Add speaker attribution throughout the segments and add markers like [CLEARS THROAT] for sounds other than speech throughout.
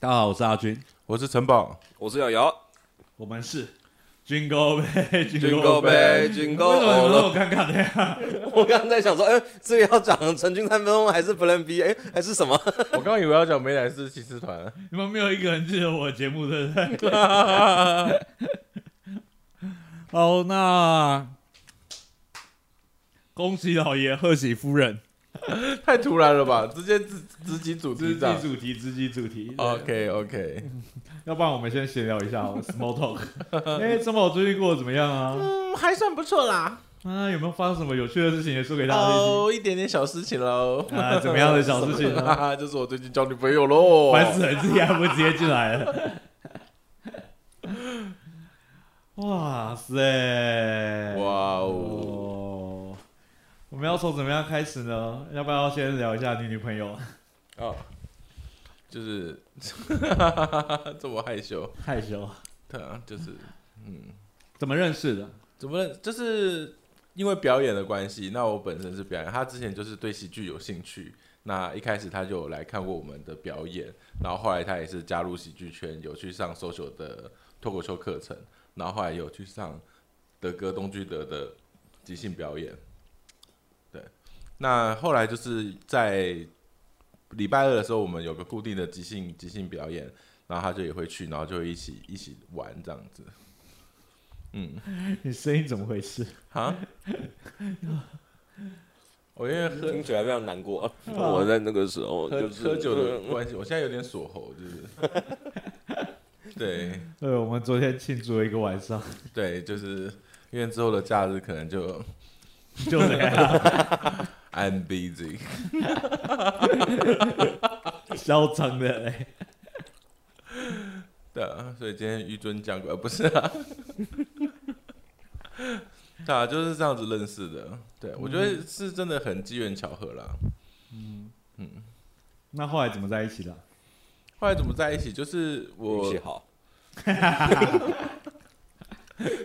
Speaker 1: 大家好，我是阿军，
Speaker 2: 我是城堡，
Speaker 3: 我是瑶瑶，
Speaker 1: 我们是军哥呗，军哥
Speaker 3: ，Jingle
Speaker 1: 呗，
Speaker 3: Bell，
Speaker 1: 军
Speaker 3: Jingle
Speaker 1: 哥，为什么
Speaker 3: All
Speaker 1: 你们那么尴尬的呀？
Speaker 3: 我刚刚在想说，哎、这个要讲陈军三分钟还是 Plan B，哎、还是什么？
Speaker 2: [LAUGHS] 我刚以为要讲美乃滋骑士团， [LAUGHS]
Speaker 1: 你们没有一个人记得我的节目，对不对？ [LAUGHS] 好，那恭喜老爷，贺喜夫人，
Speaker 2: 太突然了吧？直接直直击主
Speaker 1: 知
Speaker 2: 题
Speaker 1: 己
Speaker 2: 长。
Speaker 1: 主题，知己主题。
Speaker 3: 哦
Speaker 2: OK OK，
Speaker 1: 要不然我们先闲聊一下
Speaker 3: [LAUGHS]
Speaker 1: 好了，small talk。哎，张宝最近过得怎么样啊？
Speaker 2: 嗯，还算不错啦。
Speaker 1: 啊，有没有发生什么有趣的事情也说给大家听
Speaker 2: 哦，一点点小事情喽。
Speaker 1: 听？啊，怎么样的小事情呢？
Speaker 2: 哈哈， [LAUGHS] 就是我最近交女朋友喽。
Speaker 1: 烦死人，自己还不直接进来了。
Speaker 2: [LAUGHS]
Speaker 1: 哇塞！
Speaker 2: 哇哦！
Speaker 1: 哦！我们要从怎么样开始呢？要不要先聊一下你女朋友？
Speaker 2: 哦，就是， [LAUGHS] 这么害羞。
Speaker 1: 害羞，
Speaker 2: 对啊，就是，嗯，
Speaker 1: 怎么认识的？
Speaker 2: 怎么能就是因为表演的关系，那我本身是表演，他之前就是对喜剧有兴趣。那一开始他就有来看过我们的表演，然后后来他也是加入喜剧圈，有去上 social 的脱口秀课程，然后后来有去上德哥东居德的即兴表演。对，那后来就是在礼拜二的时候，我们有个固定的即兴即兴表演，然后他就也会去，然后就会一起一起玩这样子。嗯，
Speaker 1: [LAUGHS] 你声音怎么回事？
Speaker 2: 啊？ [LAUGHS] 我因为喝
Speaker 3: 听起来非常难过。我在那个时候
Speaker 2: 喝
Speaker 3: 就是
Speaker 2: 喝酒的关系，我现在有点锁喉，就是。对
Speaker 1: 对，我们昨天庆祝了一个晚 [LAUGHS] 上，
Speaker 2: 对，就是因为之后的假日可能就
Speaker 1: 就这样
Speaker 2: I'm busy。
Speaker 1: [LAUGHS] 嚣张的嘞。
Speaker 2: 对啊，所以今天纡尊讲过，呃不是啊， [LAUGHS] 对啊，就是这样子认识的。对，我觉得是真的很机缘巧合啦。
Speaker 1: 那后来怎么在一起的啊？
Speaker 2: 后来怎么在一起？就是我
Speaker 3: 运气 [LAUGHS] 好，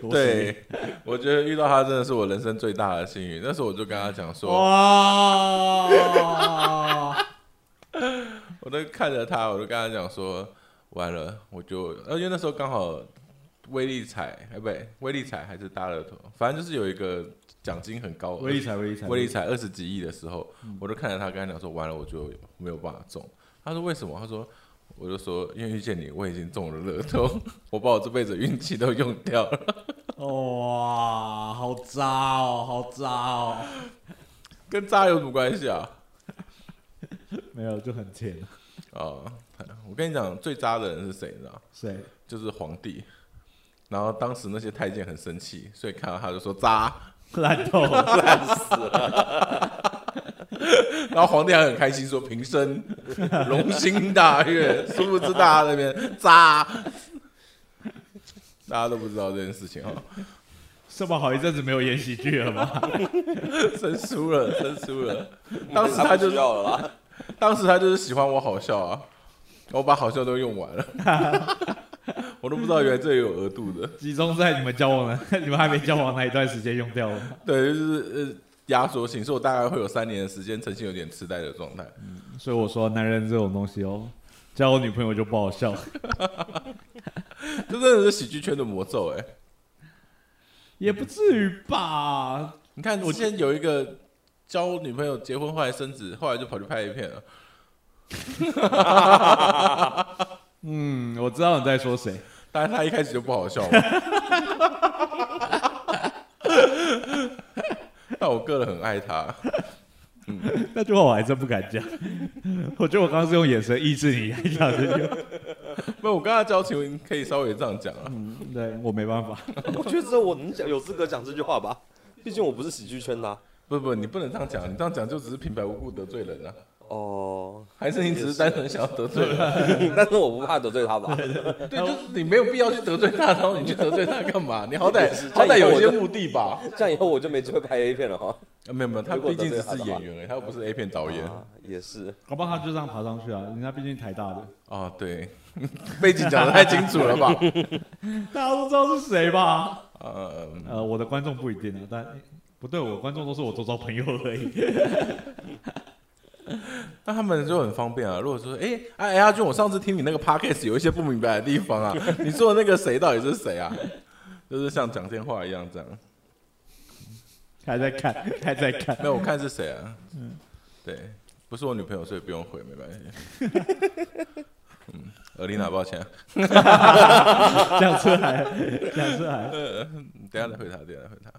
Speaker 1: 多幸
Speaker 2: 对，我觉得遇到他真的是我人生最大的幸运。那时候我就跟他讲
Speaker 1: 运
Speaker 2: 说，
Speaker 1: 哇！
Speaker 2: 我都看着他，我就跟他讲说，完了，我就，呃，因为那时候刚好威力彩，哎，不对，威力彩还是大乐透，反正就是有一个奖金很高，
Speaker 1: 威力彩，嗯威力彩，
Speaker 2: 威力彩二十几亿的时候，我就看着他，跟他讲说，完了，我就没有办法中。他说为什么？他说。我就说，因为遇见你，我已经中了乐透， [LAUGHS] 我把我这辈子运气都用掉了。
Speaker 1: 哇，好渣哦，好渣哦！
Speaker 2: 跟渣有什么关系啊？
Speaker 1: 没有，就很甜。
Speaker 2: 哦，我跟你讲，最渣的人是谁？你知道吗？
Speaker 1: 谁？
Speaker 2: 就是皇帝。然后当时那些太监很生气，所以看到他就说渣，
Speaker 1: 烂透了。
Speaker 2: 然后皇帝还很开心说平生龙心大悦，殊不知大家那边渣，大家都不知道这件事情哦，
Speaker 1: 这么好一阵子没有演喜剧了 [LAUGHS] 吗？
Speaker 2: 生疏了，生疏了。当时他就
Speaker 3: 不需要了啦。
Speaker 2: 当时他就是喜欢我好笑啊，我把好笑都用完了， [LAUGHS] 我都不知道原来这里有额度的，
Speaker 1: 集中在你们交往的， [LAUGHS] 你们还没交往那一段时间用掉了。
Speaker 2: 对，就是呃压缩性，所以我大概会有三年的时间呈现有点痴呆的状态。
Speaker 1: 所以我说，男人这种东西哦，交我女朋友就不好笑。
Speaker 2: 这真的是喜剧圈的魔咒哎、
Speaker 1: 也不至于吧？
Speaker 2: 你看，我之前有一个交女朋友结婚，后来生子，后来就跑去拍一片了。
Speaker 1: 嗯，我知道你在说谁。
Speaker 2: 但是他一开始就不好笑嘛。 [LAUGHS] 但我个人很爱他，
Speaker 1: [LAUGHS] 那句话我还真不敢讲。我觉得我刚刚是用眼神抑制你来讲这句话。
Speaker 2: 那我跟他交情可以稍微这样讲啊。
Speaker 1: 嗯， [LAUGHS] 对我没办法。
Speaker 3: 我觉得只有我能讲，有资格讲这句话吧。 [LAUGHS] 毕竟我不是喜剧圈的啊、
Speaker 2: 不不，你不能这样讲，你这样讲就只是平白无故得罪人啊。
Speaker 3: [LAUGHS] 哦，
Speaker 2: 还是你只是单纯想要得罪人？
Speaker 3: 但是我不怕得罪他 [LAUGHS] 吧？
Speaker 2: 对，就是你没有必要去得罪他，然后你去得罪他干嘛？你好歹
Speaker 3: 也是
Speaker 2: 好歹有一
Speaker 3: 这样以后
Speaker 2: 些
Speaker 3: 我就
Speaker 2: 目的吧。
Speaker 3: 这样以后我就没机会拍 A 片了哈。
Speaker 2: 啊，没有没有，他
Speaker 3: 如果
Speaker 2: 毕
Speaker 3: 得
Speaker 2: 竟
Speaker 3: 罪
Speaker 2: 只
Speaker 3: 他的
Speaker 2: 是
Speaker 3: 话
Speaker 2: 演员，他又不是 A 片导演。
Speaker 3: 啊， [LAUGHS] 也是，
Speaker 1: 搞不好他就这样爬上去啊！人家毕竟台大的，
Speaker 2: 哦，对， [LAUGHS] 背景讲的太清楚了吧？
Speaker 1: 大家都知道是谁吧？
Speaker 2: 呃，
Speaker 1: 呃，我的观众不一定啊，但不对，我观众都是我周遭朋友而已。
Speaker 2: 那他们就很方便啊。如果说，哎、哎，阿俊，我上次听你那个 podcast 有一些不明白的地方啊，你说的那个谁到底是谁啊？就是像讲电话一样这样。
Speaker 1: [LAUGHS] 还在 [LAUGHS] 看，还在看。
Speaker 2: 没有，我看是谁啊？对，不是我女朋友，所以不用回，没关系。嗯，尔丽娜，抱歉啊，
Speaker 1: 讲出 [LAUGHS] 来，讲出来。
Speaker 2: 嗯等一下再回他，等一下再回他。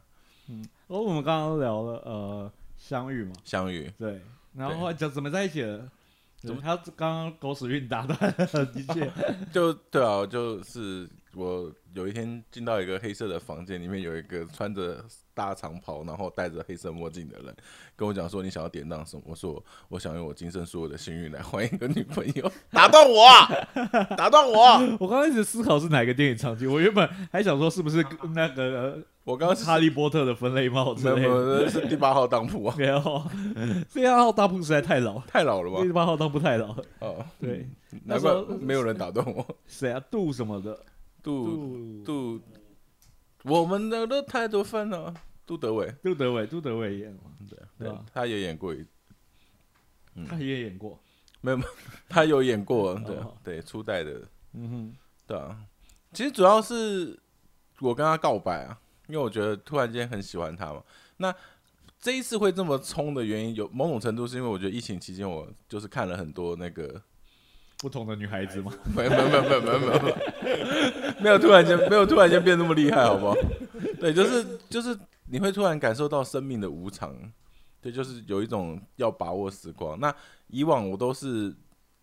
Speaker 1: 哦，我们刚刚聊了呃相遇嘛，
Speaker 2: 相遇，
Speaker 1: 对，然后讲怎么在一起的，怎么他刚刚狗屎运打断了 [LAUGHS] 一切，
Speaker 2: 就对啊，就是我有一天进到一个黑色的房间，里面有一个穿着大长袍，然后戴着黑色墨镜的人，跟我讲说你想要典当什么？我说我想用我今生所有的幸运来换一个女朋友。
Speaker 3: 打断我啊，打断我啊，
Speaker 1: 我刚刚一直思考是哪个电影场景，我原本还想说是不是那个
Speaker 2: 我刚
Speaker 1: 呃 [LAUGHS]
Speaker 2: 刚是
Speaker 1: 哈利波特的分类帽之
Speaker 2: 没有
Speaker 1: 类
Speaker 2: 没
Speaker 1: 的，
Speaker 2: 有是第八号当铺啊，
Speaker 1: 没有， [LAUGHS] 这样号大铺实在太老，
Speaker 2: 太老了
Speaker 1: 这
Speaker 2: 吧？
Speaker 1: 八号大铺太老，
Speaker 2: 哦，
Speaker 1: 对，那
Speaker 2: 难
Speaker 1: 时
Speaker 2: 怪
Speaker 1: 候
Speaker 2: 没有人打断
Speaker 1: [LAUGHS]
Speaker 2: 我。
Speaker 1: 谁啊杜什么的
Speaker 2: [LAUGHS] 杜
Speaker 1: 杜
Speaker 2: 杜，我们的都太多烦了。杜德伟，
Speaker 1: 杜德伟杜德伟演嘛，对
Speaker 2: 对
Speaker 1: 啊，
Speaker 2: 他也演过一，
Speaker 1: 他也演过，
Speaker 2: 没有，没有他有演过，对
Speaker 1: 哦
Speaker 2: 对，初代的，
Speaker 1: 嗯哼，
Speaker 2: 对啊。其实主要是我跟他告白啊，因为我觉得突然间很喜欢他嘛。那这一次会这么冲的原因，有某种程度是因为我觉得疫情期间，我就是看了很多那个，
Speaker 1: 不同的女孩子嘛，
Speaker 2: 没有没有没有没有没有没有没有， [LAUGHS] 没有突然间没有突然间变那么厉害，好不 [LAUGHS] 好？对，就是就是你会突然感受到生命的无常，对，就是有一种要把握时光。那以往我都是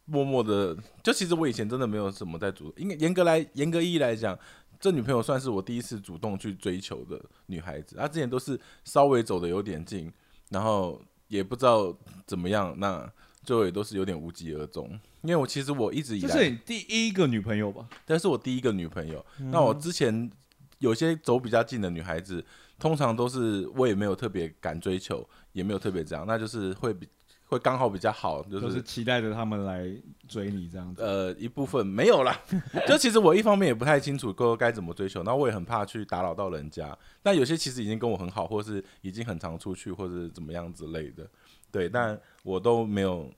Speaker 2: 默默的，就其实我以前真的没有什么在主，应该严格来严格意义来讲，这女朋友算是我第一次主动去追求的女孩子。她啊之前都是稍微走的有点近，然后也不知道怎么样，那最后也都是有点无疾而终。因为我其实我一直以
Speaker 1: 这
Speaker 2: 来，
Speaker 1: 是你第一个女朋友吧？
Speaker 2: 但是我第一个女朋友。那我之前有些走比较近的女孩子，通常都是我也没有特别敢追求，也没有特别这样，那就是会比会刚好比较好，就
Speaker 1: 就是
Speaker 2: 是。
Speaker 1: 期待着他们来追你这样子。
Speaker 2: 呃，一部分没有啦， [LAUGHS] 就其实我一方面也不太清楚哥该怎么追求，那我也很怕去打扰到人家。但有些其实已经跟我很好，或是已经很常出去，或是怎么样之类的，对，但我都没有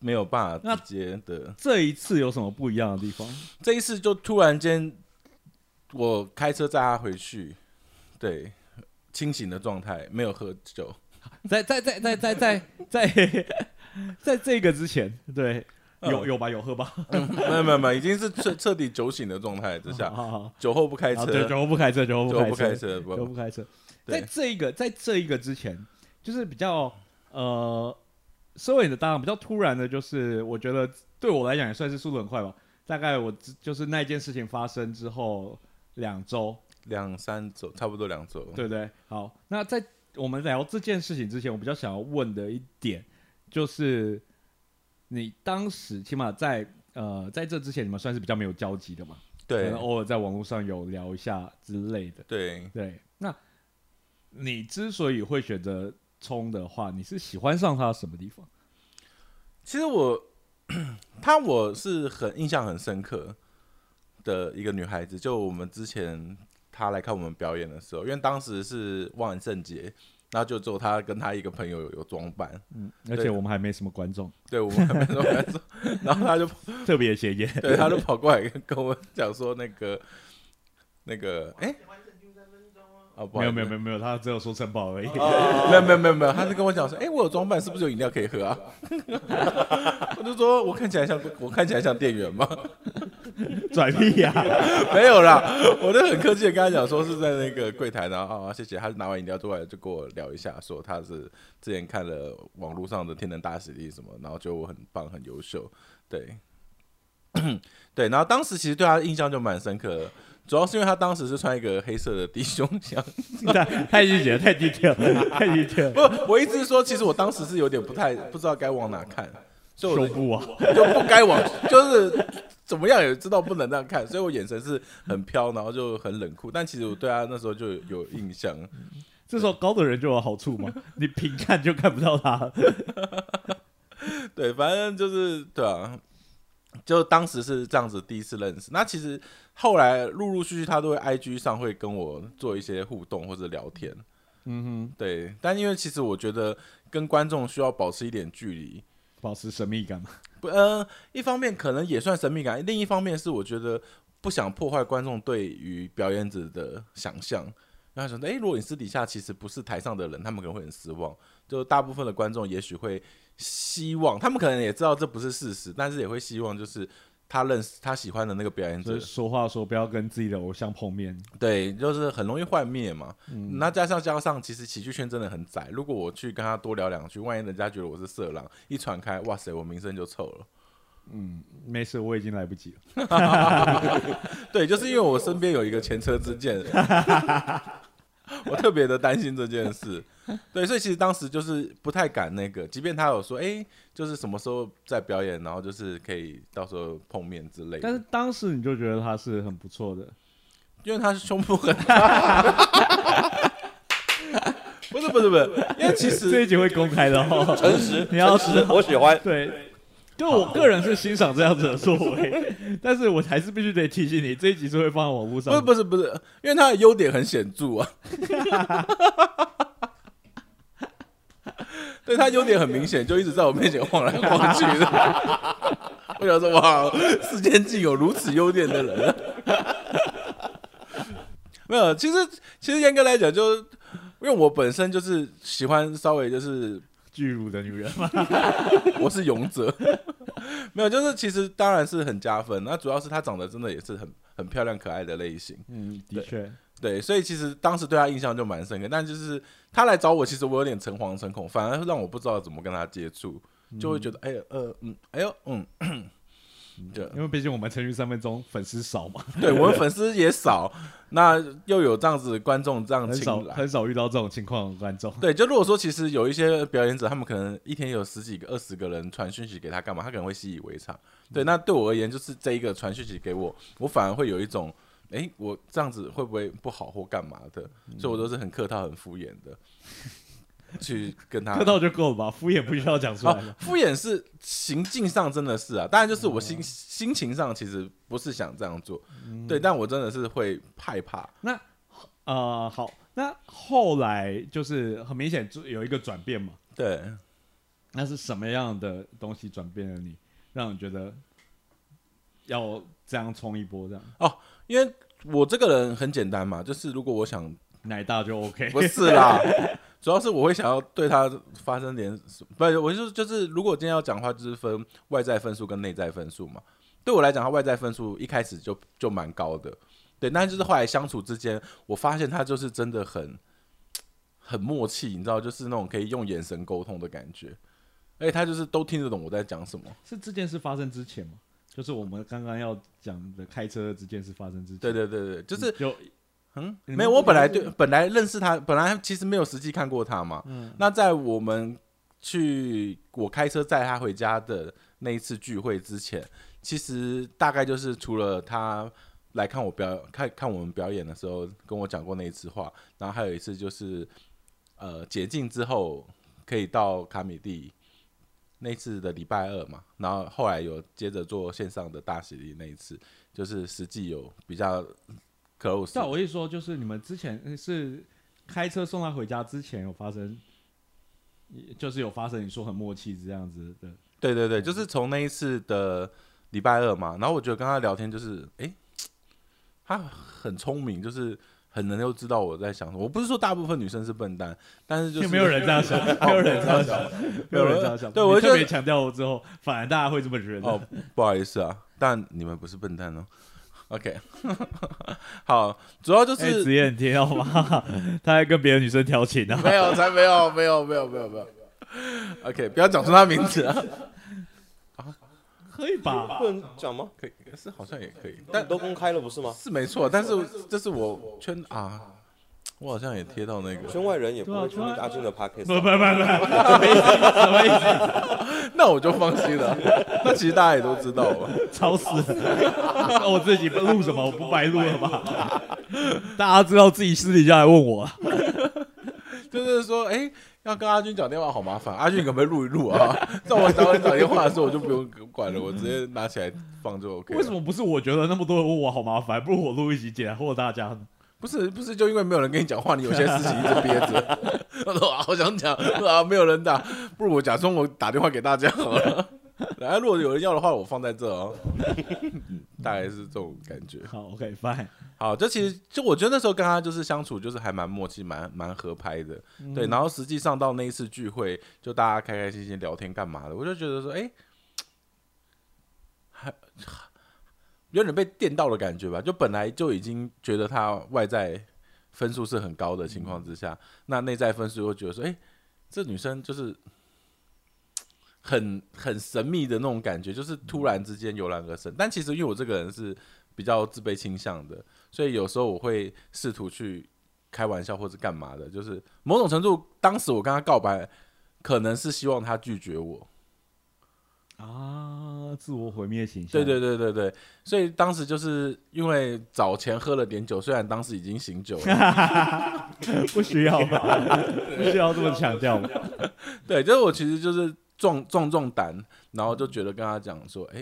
Speaker 2: 没有办法
Speaker 1: 那
Speaker 2: 直接的。
Speaker 1: 这一次有什么不一样的地方？
Speaker 2: 这一次就突然间，我开车载他回去，对，清醒的状态，没有喝酒， [LAUGHS]
Speaker 1: 在在在在在在在 [LAUGHS] 在这个之前，对，
Speaker 2: 嗯
Speaker 1: 有有吧，有喝吧，
Speaker 2: 没有没有没有，已经是彻彻底酒醒的状态之下
Speaker 1: 哦好，好好，
Speaker 2: 酒后不开
Speaker 1: 啊
Speaker 2: 车，
Speaker 1: 对，酒后不啊开车，酒
Speaker 2: 酒
Speaker 1: 后
Speaker 2: 后不开
Speaker 1: 开车，
Speaker 2: 车，
Speaker 1: 酒后
Speaker 2: 不，
Speaker 1: 不开车。在
Speaker 2: 对
Speaker 1: 这一个在这一个之前，就是比较呃，收尾的答案比较突然的，就是我觉得对我来讲也算是速度很快吧。大概我只就是那件事情发生之后两周，
Speaker 2: 两三周，差不多两周，
Speaker 1: 对不对？好，那在我们聊这件事情之前，我比较想要问的一点就是，你当时起码在呃在这之前，你们算是比较没有交集的嘛？可
Speaker 2: 对
Speaker 1: 能偶尔在网络上有聊一下之类的。
Speaker 2: 对，
Speaker 1: 对，那你之所以会选择冲的话，你是喜欢上他什么地方？
Speaker 2: 其实我 [CLEARS THROAT] 她我是很印象很深刻的一个女孩子，就我们之前她来看我们表演的时候，因为当时是万圣节，然后就只有她跟她一个朋友有有装扮，
Speaker 1: 嗯，而
Speaker 2: 对
Speaker 1: 且我们还没什么观众，
Speaker 2: 对我们还没说完，然后她就
Speaker 1: 特别显
Speaker 2: [LAUGHS]
Speaker 1: 眼。
Speaker 2: 对她就跑过来跟我讲说那个那个哎。哦，不好
Speaker 1: 没有没
Speaker 2: 意思
Speaker 1: 有没有没有，他只有说城堡而已。
Speaker 2: 哦没有没有没有没有，他是跟我讲说，哎、我有装扮，是不是有饮料可以喝啊？ [LAUGHS] 我就说，我看起来像我看起来像店员吗？
Speaker 1: [LAUGHS] 转啊屁呀、
Speaker 2: [LAUGHS] 没有啦，我就很客气的跟他讲说是在那个柜台，然后啊、谢谢，他拿完饮料之后就跟我聊一下，说他是之前看了网络上的《天能大喜力》什么，然后觉得我很棒很优秀，对， [LAUGHS] 对，然后当时其实对他印象就蛮深刻的，主要是因为他当时是穿一个黑色的低胸箱， [LAUGHS]
Speaker 1: 太太细节，太低调， [LAUGHS] 太低调。
Speaker 2: 不，我一直说其实我当时是有点不太不知道该往哪看，所以我
Speaker 1: 胸
Speaker 2: 的
Speaker 1: 部啊，
Speaker 2: 就不该往，就是怎么样也知道不能那样看，所以我眼神是很飘，然后就很冷酷。但其实我对他那时候就有印象，
Speaker 1: 这时候高的人就有好处嘛，你平看就看不到他。
Speaker 2: 对，反正就是对啊，就当时是这样子第一次认识。那其实后来陆陆续续他都会 IG 上会跟我做一些互动或者聊天，
Speaker 1: 嗯哼，
Speaker 2: 对，但因为其实我觉得跟观众需要保持一点距离，
Speaker 1: 保持神秘感嘛。
Speaker 2: 不，呃，一方面可能也算神秘感，另一方面是我觉得不想破坏观众对于表演者的想象。然后想说，诶，如果你私底下其实不是台上的人，他们可能会很失望。就大部分的观众也许会希望，他们可能也知道这不是事实，但是也会希望就是他认识他喜欢的那个表演
Speaker 1: 所
Speaker 2: 者
Speaker 1: 以说话的时候不要跟自己的偶像碰面。
Speaker 2: 对，就是很容易幻灭嘛。那加上加上，其实喜剧圈真的很窄。如果我去跟他多聊两句，万一人家觉得我是色狼，一传开，哇塞，我名声就臭了。
Speaker 1: 没事，我已经来不及了。
Speaker 2: 对，就是因为我身边有一个前车之鉴，我特别的担心这件事。对，所以其实当时就是不太敢那个，即便他有说，诶，就是什么时候在表演，然后就是可以到时候碰面之类的。
Speaker 1: 但是当时你就觉得他是很不错的，
Speaker 2: 因为他是胸部很大。 [LAUGHS] 不是不是不是，因为其实
Speaker 1: 这一集会公开的哦。
Speaker 3: 诚实，
Speaker 1: 你要
Speaker 3: 诚 [LAUGHS] 实，我喜欢。
Speaker 1: 对，就我个人是欣赏这样子的作为，但是我还是必须得提醒你，这一集是会放在网络上
Speaker 2: 不是
Speaker 1: 的。
Speaker 2: 不是不是，因为他的优点很显著啊。 [LAUGHS] 对他优点很明显，就一直在我面前晃来晃去的。 [LAUGHS] 我想说，哇，世间竟有如此优点的人啊。 [LAUGHS] 没有，其实其实严格来讲就，因为我本身就是喜欢稍微就是
Speaker 1: 巨乳的女人嘛，
Speaker 2: 我是勇者， [LAUGHS] 没有，就是其实当然是很加分。那主要是她长得真的也是很很漂亮可爱的类型。
Speaker 1: 嗯，的确，
Speaker 2: 对，所以其实当时对他印象就蛮深刻，但就是他来找我，其实我有点诚惶诚恐，反而让我不知道怎么跟他接触，就会觉得，哎呦，呃，嗯，哎呦，嗯， [LAUGHS] 对，
Speaker 1: 因为毕竟我们成语三分钟粉丝少嘛，
Speaker 2: 对我们粉丝也少，那又有这样子观众这样
Speaker 1: 很少
Speaker 2: 青睐，
Speaker 1: 很少遇到这种情况的观众。
Speaker 2: 对，就如果说其实有一些表演者，他们可能一天有十几个、二十个人传讯息给他干嘛，他可能会习以为常。
Speaker 1: 嗯
Speaker 2: 对，那对我而言，就是这一个传讯息给我，我反而会有一种，诶，我这样子会不会不好或干嘛的？
Speaker 1: 嗯
Speaker 2: 所以我都是很客套、很敷衍
Speaker 1: [LAUGHS]
Speaker 2: 的去跟他
Speaker 1: 客套就够了吧，敷衍不需要讲出来
Speaker 2: 哦
Speaker 1: 了。
Speaker 2: 敷衍是行径上真的是啊，当然就是我
Speaker 1: 哦
Speaker 2: 心、心情上其实不是想这样做，
Speaker 1: 嗯
Speaker 2: 对，但我真的是会害怕。
Speaker 1: 那
Speaker 2: 啊
Speaker 1: 呃，好，那后来就是很明显就有一个转变嘛，
Speaker 2: 对，
Speaker 1: 那是什么样的东西转变了你，让你觉得要这样冲一波这样？
Speaker 2: 因为我这个人很简单嘛，就是如果我想
Speaker 1: 奶大就 OK，
Speaker 2: [LAUGHS] 不是啦，主要是我会想要对他发生点什，不是，我就是就是，如果今天要讲话，就是分外在分数跟内在分数嘛。对我来讲，他外在分数一开始就就蛮高的，对，但就是后来相处之间，我发现他就是真的很很默契，你知道，就是那种可以用眼神沟通的感觉，而且他就是都听得懂我在讲什么。
Speaker 1: 是这件事发生之前嘛，就是我们刚刚要讲的开车这件事发生之前，
Speaker 2: 对对对对，就是
Speaker 1: 就
Speaker 2: 嗯，
Speaker 1: 你们
Speaker 2: 没有，我本来对本来认识他，本来其实没有实际看过他嘛。
Speaker 1: 嗯
Speaker 2: 那在我们去我开车载他回家的那一次聚会之前，其实大概就是除了他来看我表看看我们表演的时候跟我讲过那一次话，然后还有一次就是呃解禁之后可以到卡米蒂。那一次的礼拜二嘛，然后后来有接着做线上的大喜力那一次，就是实际有比较 close。
Speaker 1: 照我一说，就是你们之前呃是开车送他回家之前有发生，就是有发生你说很默契这样子的，
Speaker 2: 对对对，就是从那一次的礼拜二嘛，然后我觉得跟他聊天就是，诶，他很聪明，就是很能够知道我在想什么。我不是说大部分女生是笨蛋，但是就是哦
Speaker 1: 没有人这样
Speaker 2: [LAUGHS]
Speaker 1: 想，没有人这样想，没有人这样想。
Speaker 2: 对我
Speaker 1: 你
Speaker 2: 就
Speaker 1: 特别强调我之后，反而大家会这么觉得。
Speaker 2: 哦，不好意思啊，但你们不是笨蛋哦。OK，好，主要就
Speaker 1: 哎，
Speaker 2: 是、
Speaker 1: 子夜，你听到吗？ [LAUGHS] 他还跟别的女生调情啊！
Speaker 2: [LAUGHS] 没有，才没有，没有，没有，没有，没有。OK，不要讲出他名字啊， [LAUGHS]
Speaker 1: 可以吧？
Speaker 3: 不能讲吗？
Speaker 2: 可以是好像也可以，但
Speaker 3: 但都公开了不是吗？
Speaker 2: 是没错，但是这是我圈啊，我好像也贴到那个。
Speaker 3: 圈外人也不会
Speaker 1: 对啊
Speaker 3: 听
Speaker 1: 圈外
Speaker 3: 阿金的
Speaker 1: 不不
Speaker 3: podcast
Speaker 1: 不不，什么意思？什么意
Speaker 2: [LAUGHS] 那我就放心了。那其实大家也都知道吧？
Speaker 1: 思？吵死了！ [LAUGHS] 那我自己录什么？我不白录了吧？ [LAUGHS] 大家知道自己私底下来问我啊。
Speaker 2: 就是说，哎、要跟阿军讲电话好麻烦，阿军可不可以录一录啊？ [LAUGHS] 在我找你打电话的时候，我就不用管了，我直接拿起来放就 OK 了。
Speaker 1: 为什么不是我觉得那么多人问我好麻烦？不如我录一集解惑大家呢？
Speaker 2: 不是不是，就因为没有人跟你讲话，你有些事情一直憋着。 [LAUGHS] 我说啊，好想讲啊，没有人打，不如我假装我打电话给大家好了。 [LAUGHS] 然后如果有人要的话，我放在这哦。大概是这种感觉。
Speaker 1: 好，OK，fine，、
Speaker 2: 好，这其实就我觉得那时候跟他就是相处，就是还蛮默契，蛮蛮合拍的。
Speaker 1: 嗯
Speaker 2: 对，然后实际上到那一次聚会，就大家开开心心聊天干嘛的，我就觉得说，哎、还有点被电到的感觉吧。就本来就已经觉得他外在分数是很高的情况之下，那内在分数又觉得说，哎、这女生就是很很神秘的那种感觉，就是突然之间油然而生。但其实因为我这个人是比较自卑倾向的，所以有时候我会试图去开玩笑或者干嘛的，就是某种程度，当时我跟他告白，可能是希望他拒绝我。
Speaker 1: 啊，自我毁灭形象，
Speaker 2: 对对对对对，所以当时就是因为早前喝了点酒，虽然当时已经醒酒了，
Speaker 1: 不需要
Speaker 2: [LAUGHS]
Speaker 1: 吧？不需要这么强调吧？
Speaker 2: 对，就是我其实就是壮壮壮胆，然后就觉得跟他讲说，哎、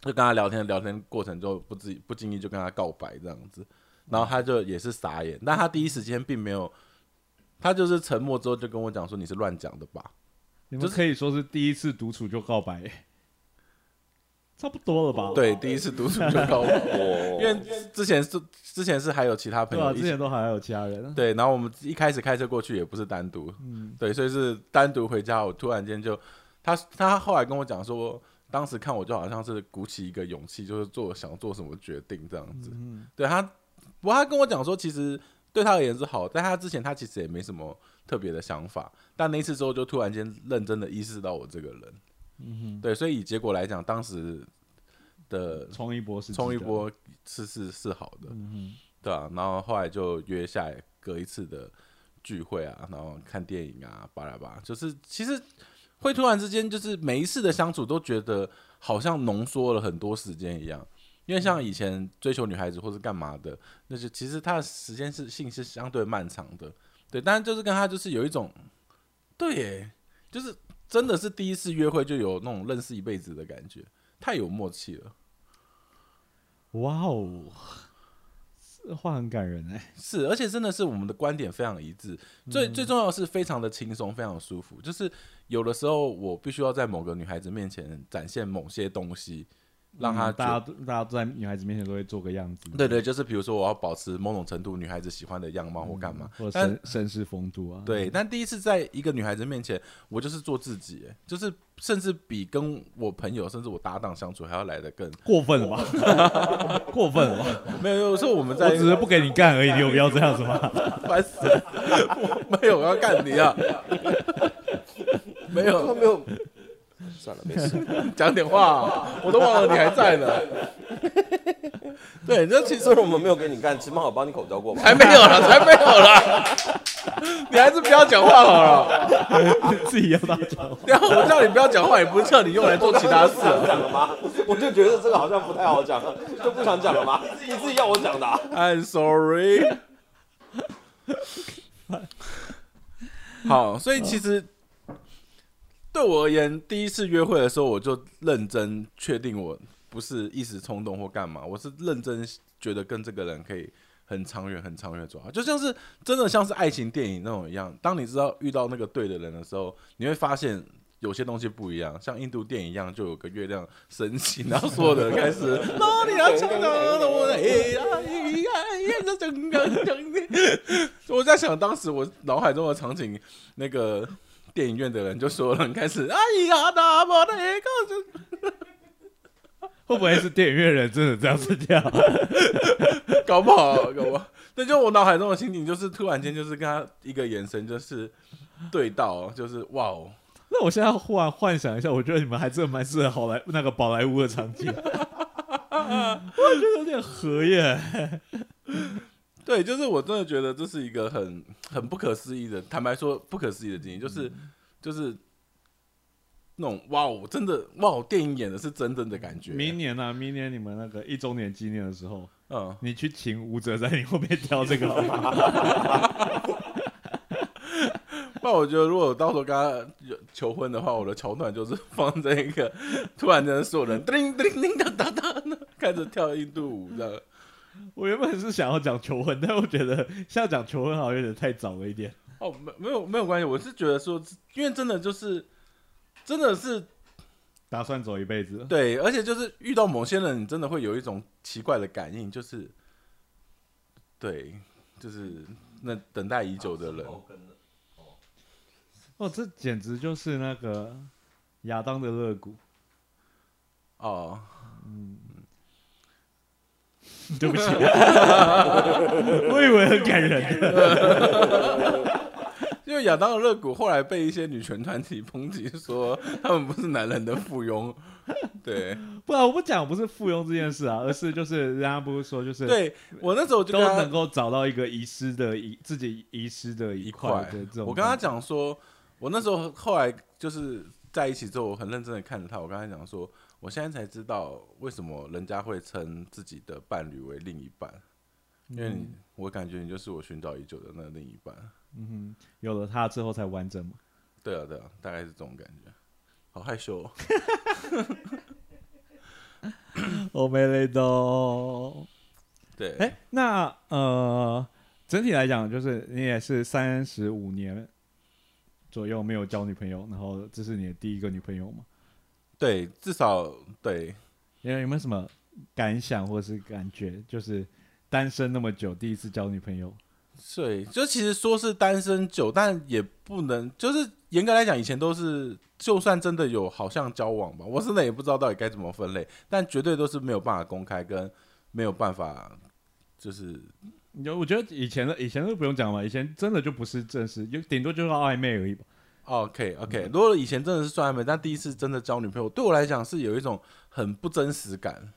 Speaker 2: 就跟他聊天，聊天过程中不自不经意就跟他告白这样子，然后他就也是傻眼，但他第一时间并没有，他就是沉默之后就跟我讲说你是乱讲的吧，
Speaker 1: 你们可以说是第一次独处就告白，差不多了吧？
Speaker 2: 对，第一次独处就告白，
Speaker 3: 哦，
Speaker 2: 因为之前是之前是还有其他朋
Speaker 1: 对啊，
Speaker 2: 友
Speaker 1: 之
Speaker 2: 一起
Speaker 1: 前都还有其他人啊，
Speaker 2: 对，然后我们一开始开车过去也不是单独，
Speaker 1: 嗯
Speaker 2: 对，所以是单独回家。我突然间就，他他后来跟我讲说，当时看我就好像是鼓起一个勇气，就是做想做什么决定这样子。
Speaker 1: 嗯，
Speaker 2: 对他，不过他跟我讲说，其实对他而言是好，但他之前他其实也没什么特别的想法，但那一次之后就突然间认真的意识到我这个人。
Speaker 1: 嗯
Speaker 2: 对，所以以结果来讲，当时的
Speaker 1: 哼，冲一波是
Speaker 2: 冲一
Speaker 1: 值得，
Speaker 2: 波是是是好的。
Speaker 1: 嗯
Speaker 2: 对啊，然后后来就约下来隔一次的聚会啊，然后看电影啊，巴拉巴拉，就是其实会突然之间，就是每一次的相处都觉得好像浓缩了很多时间一样。因为像以前追求女孩子或是干嘛的，那就其实她的时间是性是相对漫长的，对。但是就是跟她就是有一种，对耶，就是真的是第一次约会就有那种认识一辈子的感觉，太有默契了。
Speaker 1: 哼，哇哦，这话很感人哎，
Speaker 2: 是，而且真的是我们的观点非常一致，最、
Speaker 1: 嗯
Speaker 2: 最重要的是非常的轻松，非常舒服。就是有的时候我必须要在某个女孩子面前展现某些东西，让她
Speaker 1: 嗯
Speaker 2: 觉
Speaker 1: 大家都大家都在女孩子面前都会做个样子，
Speaker 2: 对对，就是比如说我要保持某种程度女孩子喜欢的样貌或干嘛，
Speaker 1: 嗯或者
Speaker 2: 但
Speaker 1: 绅绅士风度啊，
Speaker 2: 对，但第一次在一个女孩子面前，我就是做自己，就是甚至比跟我朋友甚至我搭档相处还要来得
Speaker 1: [LAUGHS]
Speaker 2: 更
Speaker 1: 过分了吧？
Speaker 2: [LAUGHS]
Speaker 1: 过分了吧？
Speaker 2: 没有。有时候我们在
Speaker 1: 我只是不给你干而已，你有必要这样子吗？
Speaker 2: [LAUGHS] 烦死了，我 [LAUGHS] 没有我要干你
Speaker 1: [LAUGHS]
Speaker 2: 啊，没有
Speaker 3: 他没有， [LAUGHS] 算了，没事。 [LAUGHS]
Speaker 2: 讲点话、哦我都忘了你还在 [LAUGHS] 呢。对，这其实
Speaker 3: 虽然我们没有给你干，起码我帮你口交过吧。
Speaker 2: [LAUGHS] 还没有了，才没有了。你还是不要讲话好了。 [LAUGHS]
Speaker 1: 自己要到讲话，
Speaker 2: 然后我叫你不要讲话，也不是叫你用来做其他事。
Speaker 3: 讲了吗？ [LAUGHS] 我就觉得这个好像不太好讲，就不想讲了吗？你自己要我讲的、啊。
Speaker 2: I'm sorry。好，所以其实对我而言，第一次约会的时候，我就认真确定我不是一时冲动或干嘛，我是认真觉得跟这个人可以很长远、很长远地走好，啊就像是真的像是爱情电影那种一样。当你知道遇到那个对的人的时候，你会发现。有些东西不一样，像印度电影一样，就有个月亮升起，然后所有的人开始，哪里啊，唱啊，我哎呀，哎呀，哎呀，这整个整个，我在想当时我脑海中的场景，那个电影院的人就所有人开始，哎呀，那么的一个，
Speaker 1: 会不会是电影院人真的这样子跳？
Speaker 2: 就搞不好，搞不好，那就我脑海中的心情就是突然间就是跟他一个眼神就是对到，就是哇哦，
Speaker 1: [LAUGHS] 那我现在忽然幻想一下，我觉得你们还真的蛮适合好莱那个宝莱坞的场
Speaker 2: [LAUGHS]
Speaker 1: 景，我觉得有点合耶。
Speaker 2: 对，就是我真的觉得这是一个很很不可思议的，坦白说不可思议的经历，就是、就是那种哇哦，真的哇哦，电影演的是真正的感觉，
Speaker 1: 明年啊，明年你们那个一周年纪念的时候，
Speaker 2: 嗯，
Speaker 1: 你去请吴哲在你后面跳这个， [LAUGHS]
Speaker 2: 那我觉得，如果我到时候跟他求婚的话，我的桥段就是 [LAUGHS] 放在一个突然间所有人叮叮叮当当当，开始跳印度舞这样。
Speaker 1: 我原本是想要讲求婚，但我觉得现在讲求婚好像有点太早了一点。
Speaker 2: 哦，没没有没有关系，我是觉得说，因为真的就是真的是
Speaker 1: 打算走一辈子，
Speaker 2: 对，而且就是遇到某些人，你真的会有一种奇怪的感应，就是对，就是那等待已久的人，
Speaker 1: 哦，这简直就是那个亚当的肋骨。
Speaker 2: 哦，
Speaker 1: 对 [LAUGHS] 不起，我以为很感人的。
Speaker 2: 因为亚当的肋骨后来被一些女权团体抨击，说他们不是男人的附庸。
Speaker 1: [LAUGHS]
Speaker 2: 对
Speaker 1: 不然我不讲不是附庸这件事啊，而是就是人家不是说就是
Speaker 2: 对，我那时候就
Speaker 1: 都
Speaker 2: 跟他
Speaker 1: 能够找到一个遗失的遗自己遗失的一
Speaker 2: 一
Speaker 1: 块
Speaker 2: 块
Speaker 1: 的这种。
Speaker 2: 我跟他讲说，我那时候后来就是在一起之后，我很认真的看着他，我跟他讲说，我现在才知道为什么人家会称自己的伴侣为另一半，因为你，我感觉你就是我寻找已久的那另一半。
Speaker 1: 嗯哼，有了它之后才完整嘛。
Speaker 2: 对啊，对啊，大概是这种感觉。好害羞、哦，
Speaker 1: 我没雷到。
Speaker 2: 对，
Speaker 1: 哎，那呃，整体来讲，就是你也是三十五年左右没有交女朋友，然后这是你的第一个女朋友嘛？
Speaker 2: 对，至少对，
Speaker 1: 有有没有什么感想或是感觉？就是单身那么久，第一次交女朋友，
Speaker 2: 对，就其实说是单身久，但也不能，就是严格来讲，以前都是，就算真的有好像交往吧，我真的也不知道到底该怎么分类，但绝对都是没有办法公开，跟没有办法，就是
Speaker 1: 有我觉得以前的以前都不用讲嘛，以前真的就不是正式，就顶多就是暧昧而已吧。
Speaker 2: OK OK。如哦果以前真的是算暧昧，但第一次真的交女朋友，对我来讲是有一种很不真实感。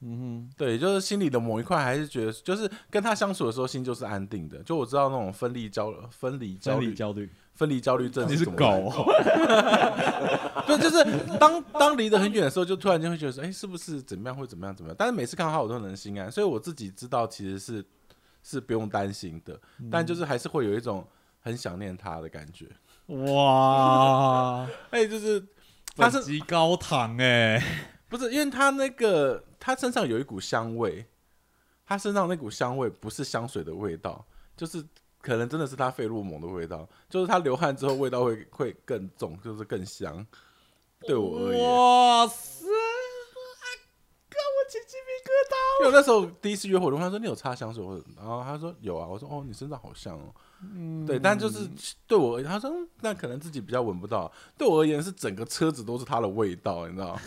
Speaker 1: 嗯
Speaker 2: 对，就是心里的某一块还是觉得，就是跟他相处的时候，心就是安定的。就我知道那种分离焦、分离
Speaker 1: 哼，
Speaker 2: 焦
Speaker 1: 分离
Speaker 2: 虑、
Speaker 1: 焦虑，
Speaker 2: 分离焦虑症
Speaker 1: [LAUGHS] 你
Speaker 2: 是
Speaker 1: 是
Speaker 2: 怎么来的
Speaker 1: 狗哦，
Speaker 2: 对，就是当当离得很远的时候，就突然间会觉得说，哎、是不是怎么样会怎么样怎么样？但是每次看到他，我都能心安，所以我自己知道其实是是不用担心的，但
Speaker 1: 嗯
Speaker 2: 就是还是会有一种很想念他的感觉。
Speaker 1: [LAUGHS] [LAUGHS] 哇，
Speaker 2: 哎、就是他是
Speaker 1: 极高糖哎、
Speaker 2: 不是因为他那个他身上有一股香味，他身上那股香味不是香水的味道，就是。可能真的是他费洛蒙的味道，就是他流汗之后味道会会更重，就是更香。对我而言，
Speaker 1: 哇塞，啊，让我起鸡皮疙瘩。
Speaker 2: 因为我那时候第一次约活动，他说你有擦香水或者，然后他说有啊，我说哦，你身上好香哦，
Speaker 1: 嗯
Speaker 2: 对，但就是对我而言，他说嗯那可能自己比较闻不到，对我而言是整个车子都是他的味道，你知道？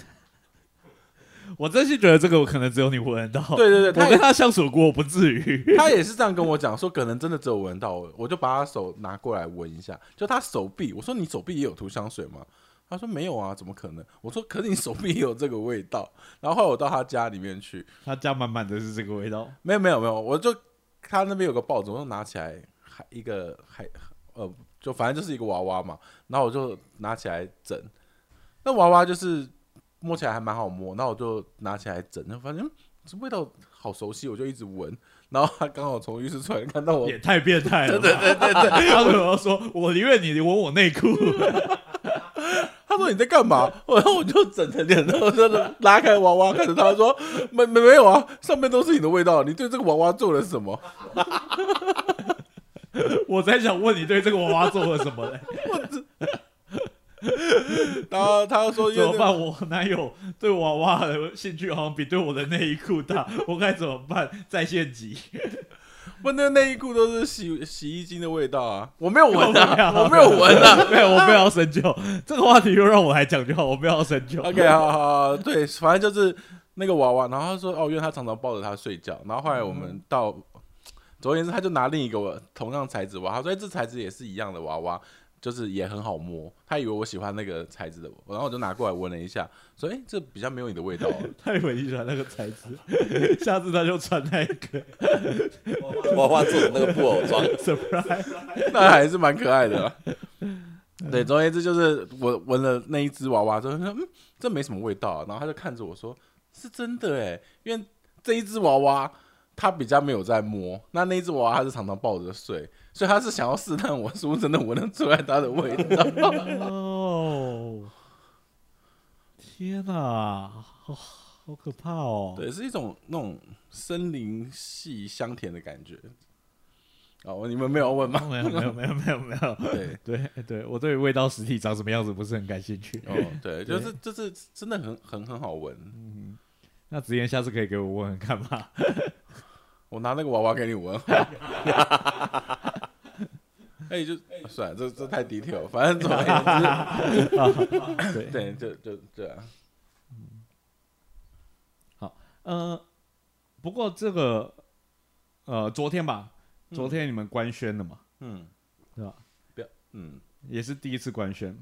Speaker 1: 我真心觉得这个我可能只有你闻得到。
Speaker 2: 对对对他
Speaker 1: 我
Speaker 2: 也
Speaker 1: 跟他相处过，我不至于。
Speaker 2: 他也是这样跟我讲，说可能真的只有闻到我，我就把他手拿过来闻一下，就他手臂，我说你手臂也有涂香水吗？他说没有啊，怎么可能？我说可是你手臂也有这个味道。 [LAUGHS] 然后后来我到他家里面去，
Speaker 1: 他家满满的是这个味道，
Speaker 2: 没有没有没有，我就他那边有个抱枕，我就拿起来，还一个还呃，就反正就是一个娃娃嘛，然后我就拿起来整，那娃娃就是摸起来还蛮好摸，那我就拿起来整，然后发现嗯这味道好熟悉，我就一直闻，然后他刚好从浴室出来，看到我
Speaker 1: 也太变态了。对对对对， [LAUGHS] 他为什么要说我宁愿你闻我内裤？ [LAUGHS]
Speaker 2: 他说你在干嘛？然 [LAUGHS] 后我就整着脸，然后真的拉开娃娃，看着他 [LAUGHS] 说没没没有啊，上面都是你的味道，你对这个娃娃做了什么？
Speaker 1: 我在想问你对这个娃娃做了什么嘞？
Speaker 2: 然后他又 [LAUGHS] 说因
Speaker 1: 怎么
Speaker 2: 为那个
Speaker 1: 办？我男友对娃娃的兴趣好像比对我的内衣裤大， [LAUGHS] 我该怎么办？在线级，
Speaker 2: 不，那内衣裤都是洗洗衣精的味道啊！我没有
Speaker 1: [LAUGHS] 我
Speaker 2: 闻
Speaker 1: 没
Speaker 2: 啊，
Speaker 1: 有
Speaker 2: 我没有闻啊。
Speaker 1: 没有，我没有要深究这个话题，又让我来讲就好，我没有要深究。
Speaker 2: OK，好好好，对，反正就是那个娃娃，然后他说哦，因为他常常抱着他睡觉，然后后来我们到，总而言之，他就拿另一个同样材质娃娃，他说、哎这材质也是一样的娃娃，就是也很好摸，他以为我喜欢那个材质的，然后我就拿过来闻了一下，说哎、这比较没有你的味道、啊。
Speaker 1: 太文艺了那个材质， [LAUGHS] 下次他就穿那个
Speaker 3: [LAUGHS] 娃娃做的那个布偶装，
Speaker 1: surprise。
Speaker 2: [LAUGHS] 那还是蛮可爱的啦。啊对，总而言之就是我闻了那一只娃娃之后，他说嗯，这没什么味道、啊。然后他就看着我说：“是真的哎，因为这一只娃娃它比较没有在摸，那那一只娃娃它是常常抱着睡，所以他是想要试探我是不是真的闻得出来它的味道。
Speaker 1: 哦，天哪、哦好可怕哦！
Speaker 2: 对，是一种那种森林系香甜的感觉。哦，你们没有问
Speaker 1: [LAUGHS]
Speaker 2: 吗？
Speaker 1: 没有没有没有没有没有，
Speaker 2: 对，
Speaker 1: 对对，我对于味道实体长什么样子不是很感兴趣。
Speaker 2: 哦，对，就是就是真的很很很好闻。
Speaker 1: 那子妍下次可以给我问问看吗？
Speaker 2: 我拿那个娃娃给你闻。 [LAUGHS] 哎、就啊算了，这这太 detail，了反正总而言之， [LAUGHS] 对，就就对啊，
Speaker 1: 呃，不过这个呃，昨天吧，昨天你们官宣了嘛，
Speaker 2: 嗯，
Speaker 1: 对吧？
Speaker 2: 嗯，
Speaker 1: 也是第一次官宣嘛。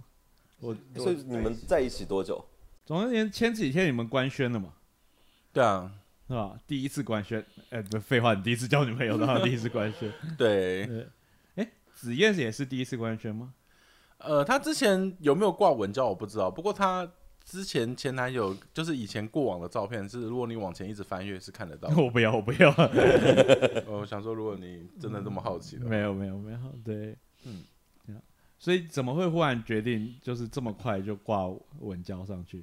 Speaker 3: [LAUGHS] 所以你们在一起多久？
Speaker 1: 总而言之，前几天你们官宣了嘛，
Speaker 2: 对啊，
Speaker 1: 是吧？第一次官宣，哎、不，废话，你第一次交女朋友，当然第一次官 [LAUGHS] 宣。
Speaker 2: 对，
Speaker 1: 子燕也是第一次官宣吗？
Speaker 2: 呃，他之前有没有挂文胶我不知道，不过他之前前男友就是以前过往的照片是，如果你往前一直翻阅是看得
Speaker 1: [LAUGHS]
Speaker 2: 到的。
Speaker 1: 我不要，我不要，
Speaker 2: 我想说，如果你真的这么好奇的话，
Speaker 1: 没有，没有，没有，对，
Speaker 2: 嗯
Speaker 1: 嗯，所以怎么会忽然决定就是这么快就挂文交上去？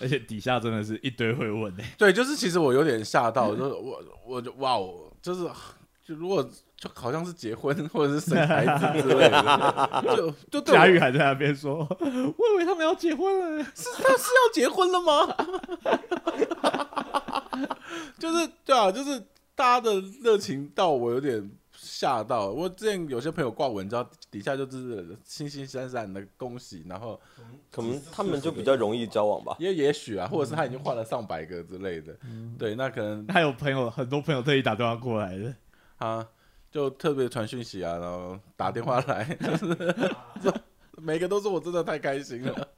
Speaker 1: 而且底下真的是一堆会问的、欸
Speaker 2: 对，就是其实我有点吓到，就是我我就哇哦，就是就如果就好像是结婚或者是生孩子之类的，就就对我
Speaker 1: 佳玉还在那边说：“我以为他们要结婚了。
Speaker 2: 是他是要结婚了吗？ [LAUGHS] 就是对啊，就是大家的热情到我有点吓到。我之前有些朋友挂文章，底下就是欣欣闪闪的恭喜，然后
Speaker 3: 可能他们就比较容易交往吧。
Speaker 2: 也也许啊，或者是他已经换了上百个之类的，对，那可能”
Speaker 1: 还有朋友，很多朋友特意打电话过来的，
Speaker 2: 啊，就特别传讯息啊，然后打电话来， [LAUGHS] 就是这每个都说我真的太开心了。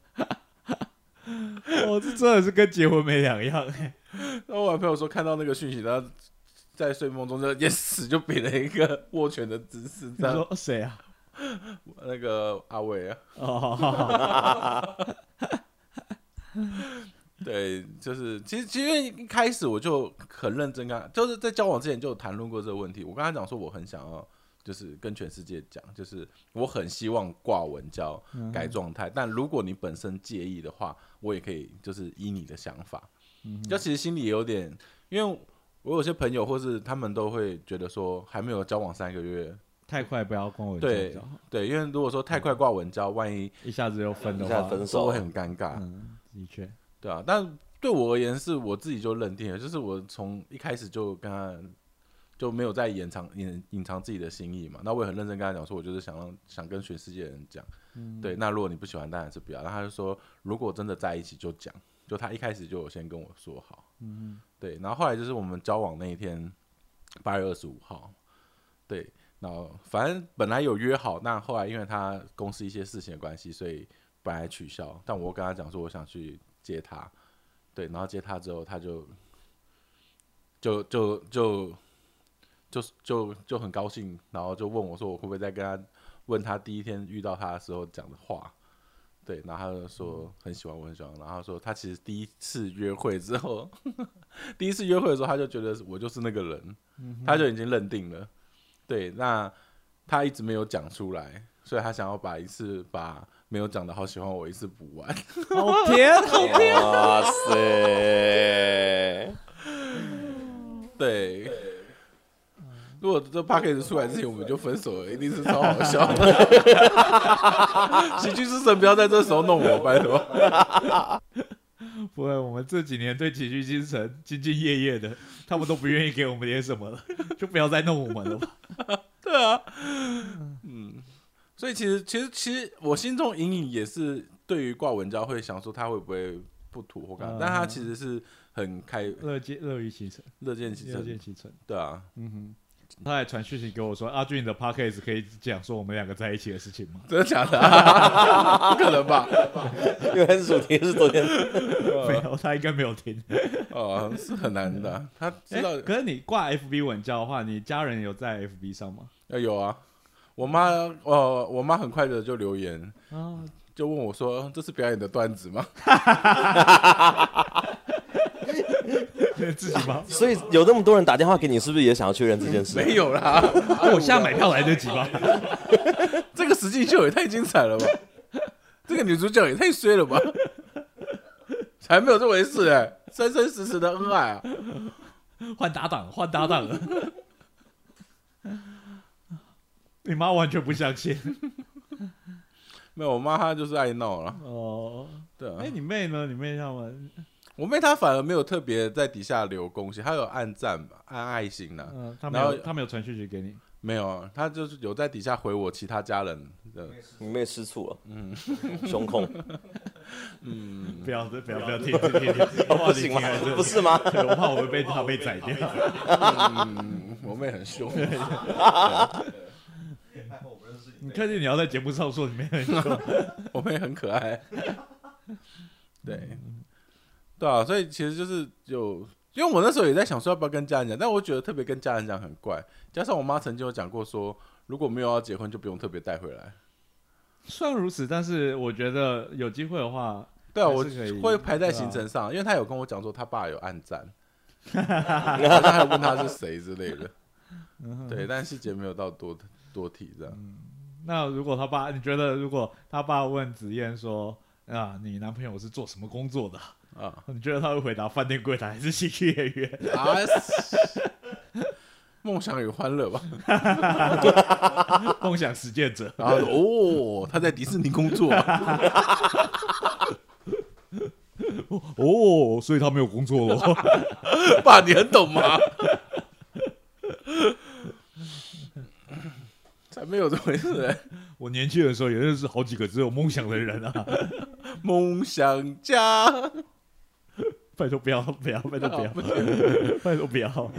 Speaker 1: 哦，这真的是跟结婚没两样、欸。
Speaker 2: 然后我朋友说看到那个讯息，他在睡梦中就也死就比了一个握拳的姿势，
Speaker 1: [LAUGHS] 你
Speaker 2: 这样
Speaker 1: 说谁啊？
Speaker 2: 那个阿伟啊，
Speaker 1: [LAUGHS] 哦，
Speaker 2: 对，就是其实其实一开始我就很认真跟他，就是在交往之前就有谈论过这个问题。我跟他讲说我很想要，就是跟全世界讲，就是我很希望挂文胶改状态，但如果你本身介意的话，我也可以就是依你的想法。
Speaker 1: 嗯
Speaker 2: 就其实心里有点，因为我有些朋友或是他们都会觉得说还没有交往三个月，
Speaker 1: 太快不要跟我
Speaker 2: 对
Speaker 1: 较
Speaker 2: 对，因为如果说太快挂文胶，万一
Speaker 1: 一下子就分的
Speaker 3: 一下
Speaker 1: 话，
Speaker 3: 分
Speaker 2: 说
Speaker 3: 手
Speaker 2: 会，很尴尬。
Speaker 1: 嗯，的确，
Speaker 2: 对啊，但对我而言是我自己就认定了，就是我从一开始就跟他就没有在掩藏隐隐藏自己的心意嘛。那我也很认真跟他讲说，我就是想让想跟全世界的人讲，对。那如果你不喜欢，当然是不要。然后他就说，如果真的在一起就讲，就他一开始就有先跟我说好，
Speaker 1: 嗯，
Speaker 2: 对。然后后来就是我们交往那一天，八月二十五号，对。然后反正本来有约好，那后来因为他公司一些事情的关系，所以本来取消。但我跟他讲说，我想去接他，对，然后接他之后，他就就就就就就就很高兴，然后就问我说，我会不会再跟他问他第一天遇到他的时候讲的话？对，然后他就说很喜欢我，很喜欢我。然后他说他其实第一次约会之后，第一次约会的时候，他就觉得我就是那个人，他就已经认定了。对，那他一直没有讲出来，所以他想要把一次把没有讲的好喜欢我一次补完。 [LAUGHS]
Speaker 1: 好啊甜，
Speaker 3: 哇塞！
Speaker 2: 对。如果这 p a c k a g e 出来之前我们就分手了，一定是超好笑的。 [LAUGHS] 喜剧之神不要在这时候弄我，拜托。
Speaker 1: [LAUGHS] 不会，我们这几年对喜剧精神兢兢业业的，他们都不愿意给我们点什么了， [LAUGHS] 就不要再弄我们了吧。
Speaker 2: [LAUGHS] 对啊，嗯，所以其实其实其实我心中隐隐也是对于挂文章会想说他会不会不吐或干嘛，
Speaker 1: 嗯
Speaker 2: 但他其实是很开
Speaker 1: [LAUGHS] 乐见乐于其成，
Speaker 2: 乐见其
Speaker 1: 乐见
Speaker 2: 成。
Speaker 1: 其成。
Speaker 2: 对啊，
Speaker 1: 嗯哼，他还传讯息给我说，阿俊你的 podcast 可以讲说我们两个在一起的事情吗？
Speaker 2: [LAUGHS] 真的假的、啊？不可能吧？
Speaker 3: 因为主题是昨天，
Speaker 1: [LAUGHS] 没有，他应该没有听。
Speaker 2: 哦，是很难的啊、他知
Speaker 1: 哎
Speaker 2: 道、
Speaker 1: 可是你挂 FB 文教的话，你家人有在 FB 上吗？
Speaker 2: 呃有啊，我妈呃我妈很快的就留言，
Speaker 1: 啊，
Speaker 2: 就问我说：“这是表演的段子吗
Speaker 1: [LAUGHS] 自己 [LAUGHS] 吗？
Speaker 3: 所以有那么多人打电话给你，是不是也想要确认这件？”事？
Speaker 2: 没有 [LAUGHS] 啦，
Speaker 1: 哎我现在买票来得及吗？
Speaker 2: 这个实境秀也太精彩了吧！ [LAUGHS] 这个女主角也太衰了吧！才没有这回事哎、生生死死的恩爱啊！
Speaker 1: 换搭档，换搭档了。 [LAUGHS] 你妈完全不相信
Speaker 2: 没有，我妈她就是爱闹了。
Speaker 1: [LAUGHS] 哦。
Speaker 2: 对啊
Speaker 1: 哎、，你妹呢？你妹他们，
Speaker 2: 我妹她反而没有特别在底下留恭喜，她有按赞吧，按爱心呢、
Speaker 1: 嗯、他没
Speaker 2: 然后
Speaker 1: 有，他没有传讯息给你。
Speaker 2: 没有啊，她就是有在底下回我其他家人的，
Speaker 3: 你妹吃醋了，嗯，胸控，
Speaker 2: 嗯，
Speaker 1: 不要，不要，不要听，听，听，听，
Speaker 3: 不行吗？不是吗？
Speaker 1: 对我怕我会被他被宰掉。
Speaker 2: 嗯我妹很 [LAUGHS] 凶，
Speaker 1: 你确定你要在节目上说你妹很凶？
Speaker 2: 我妹很可爱， [LAUGHS] 对，对啊，所以其实就是有，因为我那时候也在想说要不要跟家人讲，但我觉得特别跟家人讲很怪，加上我妈曾经有讲过说，如果没有要结婚就不用特别带回来。
Speaker 1: [LAUGHS] 虽然如此，但是我觉得有机会的话，
Speaker 2: 对啊，
Speaker 1: 还
Speaker 2: 我
Speaker 1: 是可以
Speaker 2: 会排在
Speaker 1: 对啊
Speaker 2: 行程上，因为她有跟我讲说她爸有暗赞，
Speaker 1: [LAUGHS]
Speaker 2: 好像还问他是谁之类的。
Speaker 1: 嗯 [LAUGHS]
Speaker 2: 对，但细节没有到多多提这样。
Speaker 1: 那如果他爸，你觉得如果他爸问子燕说啊，你男朋友是做什么工作的？
Speaker 2: 啊
Speaker 1: 你觉得他会回答饭店柜台还是喜剧演 [LAUGHS] 员？
Speaker 2: 啊！ [LAUGHS] 梦想与欢乐吧。 [LAUGHS]
Speaker 1: 梦想实践者？
Speaker 2: 然后哦，他在迪士尼工作，
Speaker 1: [LAUGHS]
Speaker 2: 啊
Speaker 1: 哦，所以他没有工作了。 [LAUGHS]
Speaker 2: 爸，你很懂吗？才没有这回事、
Speaker 1: 我年轻的时候也认识好几个只有梦想的人啊！
Speaker 2: 梦想家，
Speaker 1: [LAUGHS]
Speaker 2: 啊
Speaker 1: 拜托不要，不要，拜托哦不要
Speaker 2: 不，
Speaker 1: 拜托不 [LAUGHS] 要，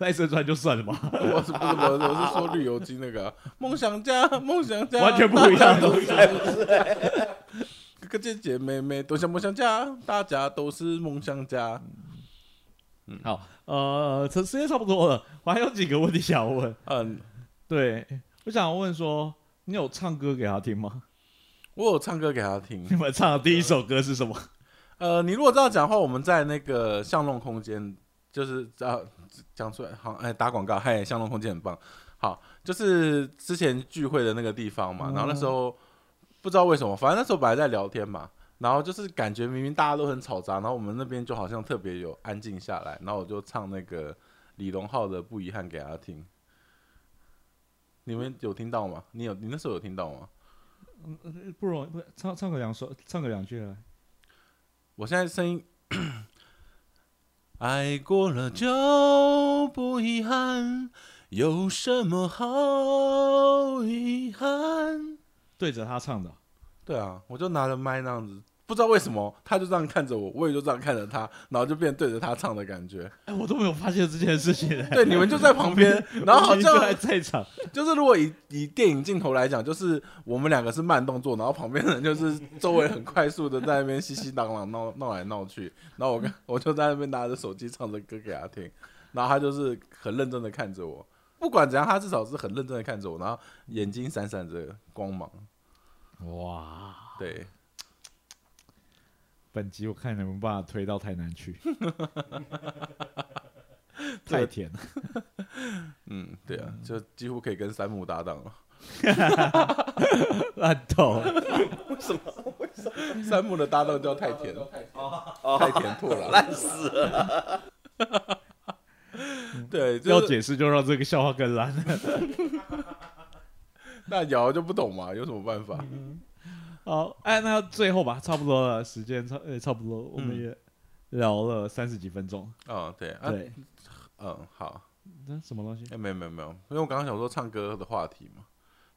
Speaker 1: 赖声川就算了吧，
Speaker 2: 我是不是我是我是说绿油精那个啊梦想家，梦想家，
Speaker 1: 完全不一 [LAUGHS] 样的东西。
Speaker 2: 哥哥姐姐妹妹都像梦想家，大家都是梦想家。
Speaker 1: 好，呃，时时间差不多了，我还有几个问题想要问。
Speaker 2: 嗯，
Speaker 1: 对，我想问说，你有唱歌给他听吗？ [LAUGHS]
Speaker 2: 我有唱歌给他听
Speaker 1: 你。们唱的第一首歌是什么？
Speaker 2: 呃，你如果这样讲的话，我们在那个巷弄空间，就是啊，讲出来好，哎，打广告，嗨，巷弄空间很棒。好，就是之前聚会的那个地方嘛，
Speaker 1: 嗯
Speaker 2: 然后那时候不知道为什么，反正那时候本来在聊天嘛，然后就是感觉明明大家都很吵杂，然后我们那边就好像特别有安静下来，然后我就唱那个李荣浩的《不遗憾》给他听。你们有听到吗？你有，你那时候有听到吗？
Speaker 1: [LAUGHS] 不容易，不唱唱个两首，唱个两句来。
Speaker 2: 我现在
Speaker 1: [COUGHS]
Speaker 2: 声音，爱过了就不遗憾，有什么好遗憾？
Speaker 1: 对着他唱的。
Speaker 2: 对啊，我就拿着麦那样子，不知道为什么他就这样看着我，我也就这样看着他，然后就变对着他唱的感觉。
Speaker 1: 哎、我都没有发现这件事情、哎
Speaker 2: [LAUGHS] 对，你们就在旁边，然后
Speaker 1: [LAUGHS]
Speaker 2: 好
Speaker 1: 我明明就
Speaker 2: 像
Speaker 1: 还在场，
Speaker 2: 就是如果以以电影镜头来讲，就是我们两个是慢动作，然后旁边的人就是周围很快速的在那边熙熙攘攘闹闹来闹去，然后我跟我就在那边拿着手机唱着歌给他听，然后他就是很认真的看着我，不管怎样，他至少是很认真的看着我，然后眼睛闪闪着光芒，
Speaker 1: 哇！
Speaker 2: 对，
Speaker 1: 本集我看能不能把它推到台南去， [LAUGHS]
Speaker 2: 这
Speaker 1: 太
Speaker 2: 个
Speaker 1: 甜了。
Speaker 2: 嗯，对啊，就几乎可以跟山姆搭档了，
Speaker 1: 烂透了。
Speaker 2: 山姆的搭档叫太田，
Speaker 3: 哦
Speaker 2: 太田拓了，
Speaker 3: 烂死了，
Speaker 2: 对，
Speaker 1: 要
Speaker 2: 就是
Speaker 1: 解释就让这个笑话更烂。 [LAUGHS]
Speaker 2: 那瑶就不懂嘛，有什么办法？
Speaker 1: 好，哎，那最后吧，差不多了，时间差呃差不多，我们
Speaker 2: 嗯
Speaker 1: 也聊了三十几分钟。
Speaker 2: 嗯，对啊，
Speaker 1: 对，
Speaker 2: 嗯，好。
Speaker 1: 那什么东西
Speaker 2: 哎、？没有没有没有，因为我刚刚想说唱歌的话题嘛，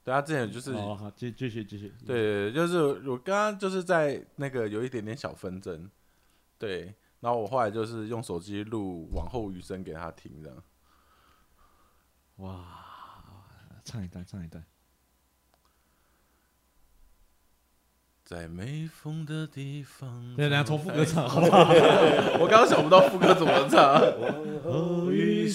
Speaker 2: 对啊他之前就是、
Speaker 1: 哦，好，继继续继续。，
Speaker 2: 对，就是我刚刚就是在那个有一点点小纷争，对，然后我后来就是用手机录往后余生给他听这样，
Speaker 1: 哇，唱一段，唱一段。
Speaker 2: 在没风的地方，
Speaker 1: 对，等下重复歌 [LAUGHS] 唱，好不好？
Speaker 2: 我刚刚想不到副歌怎么唱，
Speaker 1: 哦
Speaker 2: 余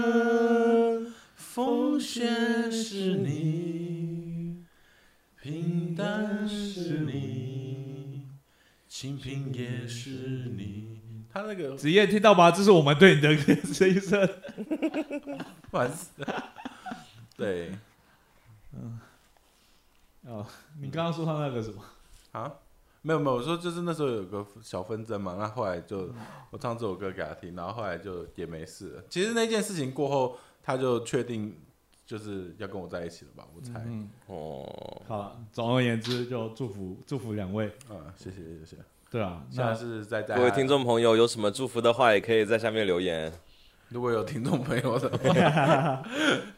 Speaker 2: 生风雪是你，平淡是你，清贫也是你。他那个 [LAUGHS]
Speaker 1: 子夜听到吧？这是我们对你的这一声。
Speaker 2: 烦死了，对
Speaker 1: [LAUGHS] 哦，你刚刚说他那个什么？
Speaker 2: 啊，没有没有，我说就是那时候有个小纷争嘛，那后来就我唱这首歌给他听，然后后来就也没事了。其实那件事情过后，他就确定就是要跟我在一起了吧，我猜。
Speaker 1: 嗯，
Speaker 2: [LAUGHS]
Speaker 3: 哦，
Speaker 1: 好了，总而言之，就祝福祝福两位。
Speaker 2: 嗯，谢谢谢谢。
Speaker 1: 对啊，
Speaker 2: 下
Speaker 1: 那
Speaker 2: 次再带
Speaker 3: 各位
Speaker 2: 他
Speaker 3: 听，众朋友，有什么祝福的话，也可以在下面留言；
Speaker 2: 如果有听众朋友的话，
Speaker 3: [LAUGHS]
Speaker 2: 啊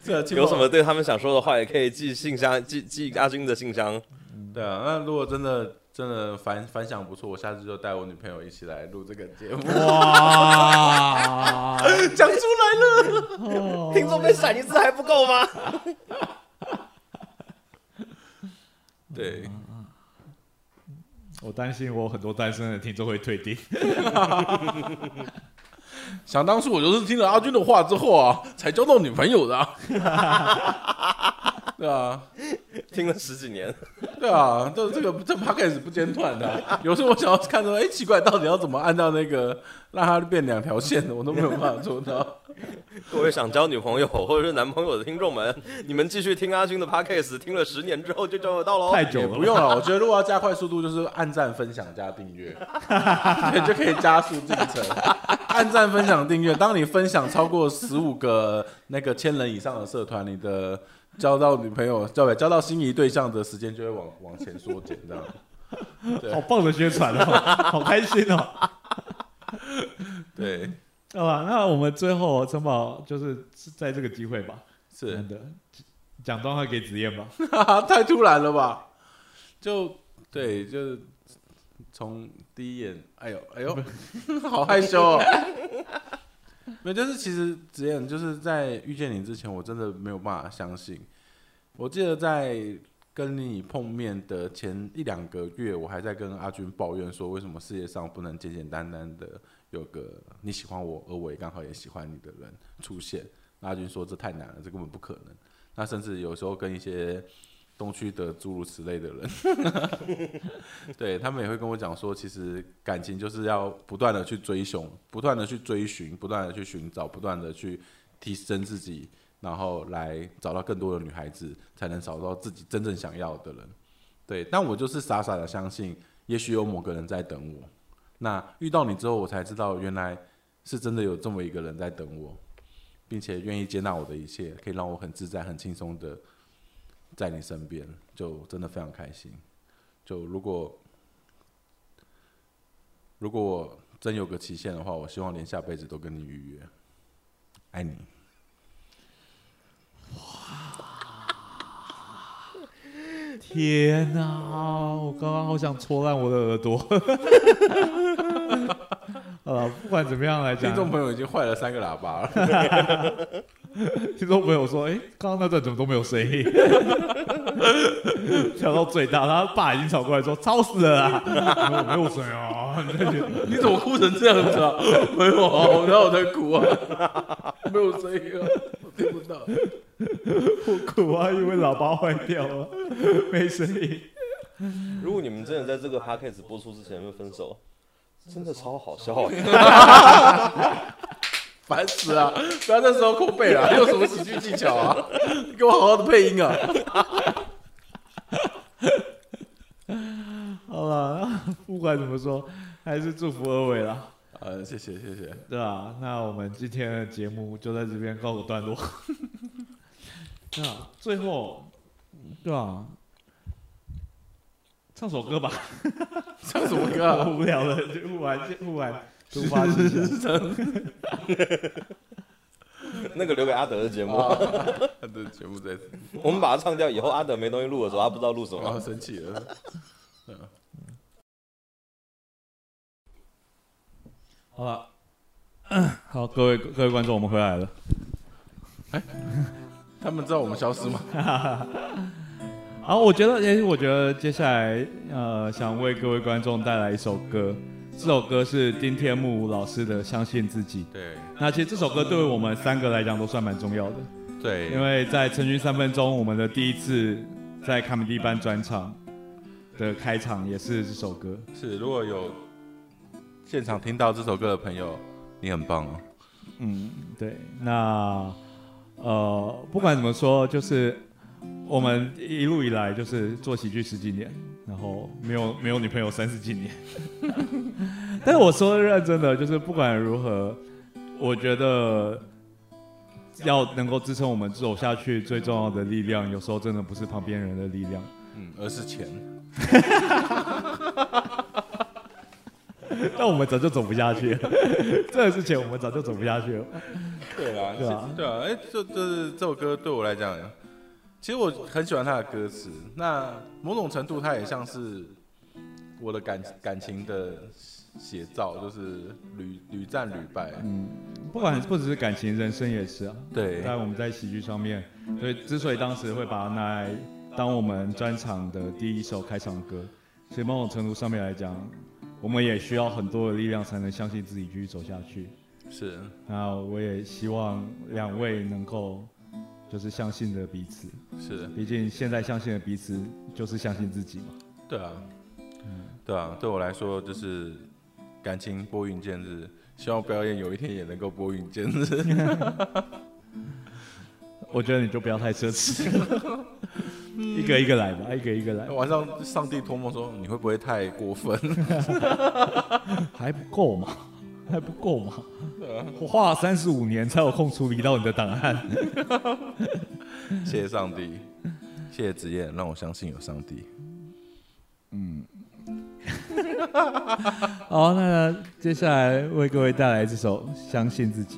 Speaker 2: 这
Speaker 3: 有什么对他们想说的话，也可以寄信箱，寄寄阿军的
Speaker 2: [LAUGHS]
Speaker 3: 信箱。
Speaker 2: 对啊，那如果真的真的反反响不错，我下次就带我女朋友一起来录这个节目。
Speaker 3: 嗯
Speaker 1: 哇， [LAUGHS]
Speaker 3: 讲出来了，
Speaker 1: 哦
Speaker 3: 听众被闪一次还不够吗？对，
Speaker 1: 我担心我很多单身的听众会退订。
Speaker 2: 想当初我就是听了阿军的话之后啊，才交到女朋友的、
Speaker 3: [LAUGHS]
Speaker 2: 啊。对啊，
Speaker 3: 听了十几年，
Speaker 2: 对啊，这这个这 p o d 不间断的啊、有时候我想要看说，哎，奇怪，到底要怎么按照那个让它变两条线的，我都没有办法做到。
Speaker 3: 各位想交女朋友或者是男朋友的听众们，你们继续听阿军的 podcast，听了十年之后就交得到哦喽。
Speaker 1: 太久
Speaker 2: 哦也
Speaker 1: 了，
Speaker 2: 不用了，我觉得如果要加快速度，就是按赞、分享、加订 [LAUGHS] 阅，对，就可以加速进程。按赞、分享、订阅，当你分享超过十五个那个千人以上的社团，你的交到女朋友，对不对？交到心仪对象的时间就会往往前缩减，这样。对
Speaker 1: 好棒的宣传哦， [LAUGHS] 好开心哦。
Speaker 2: 对，
Speaker 1: 好吧，那我们最后城堡就是在这个机会吧，
Speaker 2: 是
Speaker 1: 真的讲段话给子燕吧。
Speaker 2: [LAUGHS] 太突然了吧？就对，就是从第一眼，哎呦，哎呦，好害羞、哦。没有，就是其实子燕就是在遇见你之前，我真的没有办法相信。我记得在跟你碰面的前一两个月，我还在跟阿军抱怨说，为什么世界上不能简简单单的有个你喜欢我，而我也刚好也喜欢你的人出现。那阿军说这太难了，这根本不可能。那甚至有时候跟一些东区的诸如此类的人， [LAUGHS] 对他们也会跟我讲说，其实感情就是要不断的去追寻，不断的去追寻，不断的去寻找，不断的去提升自己，然后来找到更多的女孩子，才能找到自己真正想要的人。对，但我就是傻傻的相信，也许有某个人在等我。那遇到你之后，我才知道原来是真的有这么一个人在等我，并且愿意接纳我的一切，可以让我很自在、很轻松的在你身边，就真的非常开心。就如果如果我真有个期限的话，我希望连下辈子都跟你预约。爱你，
Speaker 1: 天哪、我刚刚好想戳烂我的耳朵。 [LAUGHS] 呃，不管怎么样来讲
Speaker 2: 听，众朋友已经坏了三个喇叭了。 [LAUGHS]
Speaker 1: 听众朋友说，哎、刚刚那段怎么都没有声 [LAUGHS] 音？调到最大，他爸已经吵过来说，吵死了啦，没有没有声音啊。
Speaker 2: 你怎么哭成这样子啊？没有啊，我哪有在哭啊？没有声音啊，我听不到。
Speaker 1: 我苦啊，因为喇叭坏掉了，没声音。
Speaker 3: 如果你们真的在这个 podcast 播出之前就分手，真的超好笑。啊
Speaker 2: [LAUGHS] 烦死了！不要在时候扣背了， [LAUGHS] 用什么喜剧技巧啊？ [LAUGHS] 你给我好好的配音啊！
Speaker 1: 好了，那不管怎么说，还是祝福二位啦，
Speaker 2: 呃，谢谢谢谢。
Speaker 1: 对吧、啊那我们今天的节目就在这边告个段落。 [LAUGHS] 对啊，最后，对啊，唱首歌吧，
Speaker 2: 唱什么歌
Speaker 1: [LAUGHS] 好
Speaker 2: 啊？
Speaker 1: 无聊了，就忽然忽然突发奇想，
Speaker 3: 那个留给阿德的节目，
Speaker 2: 哦他的节目在此，
Speaker 3: 我们把它唱掉以后，阿德没东西录的时候，他不知道录什
Speaker 2: 我
Speaker 3: 么
Speaker 2: 好。生气了。
Speaker 1: 好了。 [COUGHS] 好，各位各位观众，我们回来了。
Speaker 2: 他们知道我们消失吗？
Speaker 1: 好，我觉得，哎、我觉得接下来，呃，想为各位观众带来一首歌，这首歌是丁天木老师的《相信自己》。
Speaker 2: [LAUGHS] 对
Speaker 1: 那其实这首歌对我们三个来讲都算蛮重要的，因
Speaker 2: 对，
Speaker 1: 为在《成军三分钟》，我们的第一次在卡米蒂班专场的开场也是这首歌。
Speaker 2: 是如果有现场听到这首歌的朋友，你很棒哦。
Speaker 1: 嗯，对。那呃，不管怎么说，就是我们一路以来就是做喜剧十几年，然后没有没有女朋友三十几 [LAUGHS] 年。但是我说认真的，就是不管如何，我觉得要能够支撑我们走下去，最重要的力量，有时候真的不是旁边人的力量。
Speaker 2: 嗯，而是钱。
Speaker 1: [LAUGHS] 但我们早就走不下去了，这个事情我们早就走不下去了。
Speaker 2: 对啦，
Speaker 1: 对啊
Speaker 2: 对啊，哎、就就是这首歌对我来讲，其实我很喜欢它的歌词。那某种程度，它也像是我的感感情的写照，就是屡屡战屡败。
Speaker 1: 嗯不管不只是感情，人生也是啊。
Speaker 2: 对
Speaker 1: 但我们在喜剧上面，所以之所以当时会把它拿来当我们专场的第一首开场歌，所以某种程度上面来讲，我们也需要很多的力量才能相信自己继续走下去。
Speaker 2: 是，
Speaker 1: 那我也希望两位能够就是相信着彼此，
Speaker 2: 是，
Speaker 1: 毕竟现在相信的彼此就是相信自己嘛。
Speaker 2: 对啊，
Speaker 1: 嗯
Speaker 2: 对啊，对我来说就是感情拨云见日，希望表演有一天也能够拨云见日。
Speaker 1: [LAUGHS] 我觉得你就不要太奢 [LAUGHS] 侈了，一个一个来吧，一个一个来，
Speaker 2: 晚上上帝托梦说，你会不会太过分？
Speaker 1: 还不够吗？还不够吗？
Speaker 2: 对啊
Speaker 1: 我花了三十五年才有空处理到你的档案。
Speaker 2: 谢谢上帝，谢谢职业让我相信有上帝。
Speaker 1: 好，那接下来为各位带来这首《相信自己》。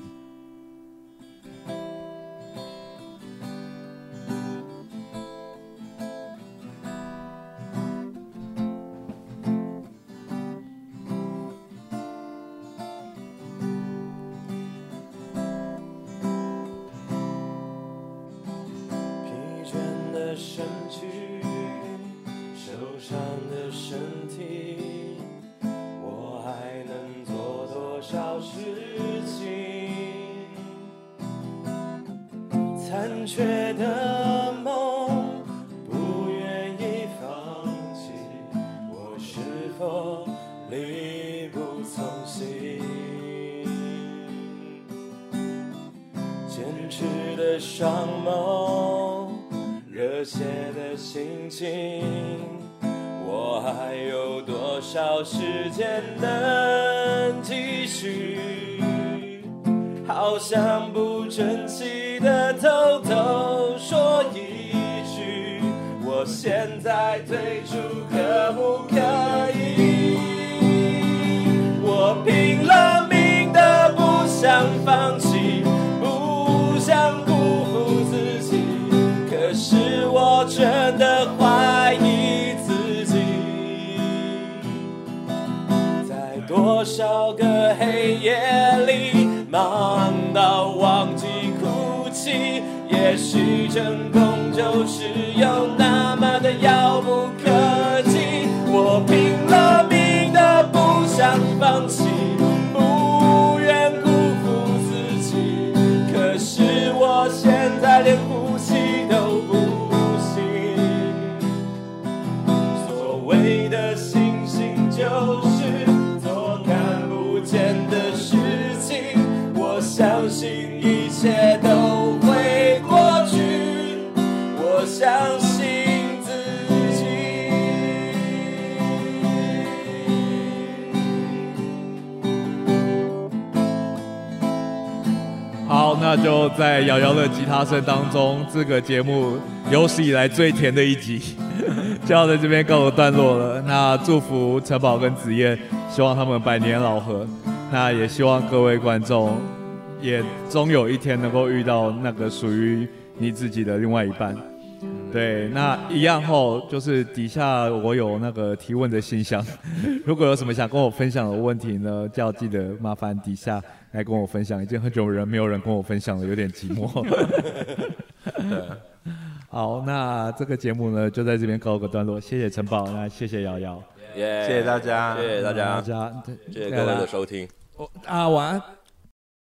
Speaker 4: 疲倦的身躯，受伤的身体，我还能做多少事情？残缺的梦，不愿意放弃，我是否力不从心？坚持的商谋，热血的心情，我还有多少时间能继续？好像不争气的偷偷说一句，我现在退出可不可以？我拼了命的不想放弃，不想辜负自己，可是我真的怀疑自己，在多少个黑夜里忙到忘记哭泣，也许成功就是有那么的遥不可及，我拼了命的不想放弃。不愿辜负自己，可是我现在连呼吸都不行。所谓的星星，就是做看不见的事情。我相信一切都会过去，我相信自己。
Speaker 1: 好，那就在瑶瑶的吉他声当中，这个节目有史以来最甜的一集 [LAUGHS] 就要在这边告个段落了。那祝福城堡跟子夜，希望他们百年老合。那也希望各位观众，也终有一天能够遇到那个属于你自己的另外一半。对，那一样后就是底下我有那个提问的信箱， [LAUGHS] 如果有什么想跟我分享的问题呢，就要记得麻烦底下来跟我分享。已经很久人没有人跟我分享了，有点寂寞。
Speaker 2: 对，
Speaker 1: [LAUGHS] 好，那这个节目呢就在这边告个段落，谢谢城堡，那谢谢瑶瑶，
Speaker 3: 耶
Speaker 2: 谢谢大家
Speaker 3: 谢谢大
Speaker 1: 大
Speaker 3: 家，
Speaker 1: 家，
Speaker 3: 谢谢各位的收听。
Speaker 1: 我啊晚安，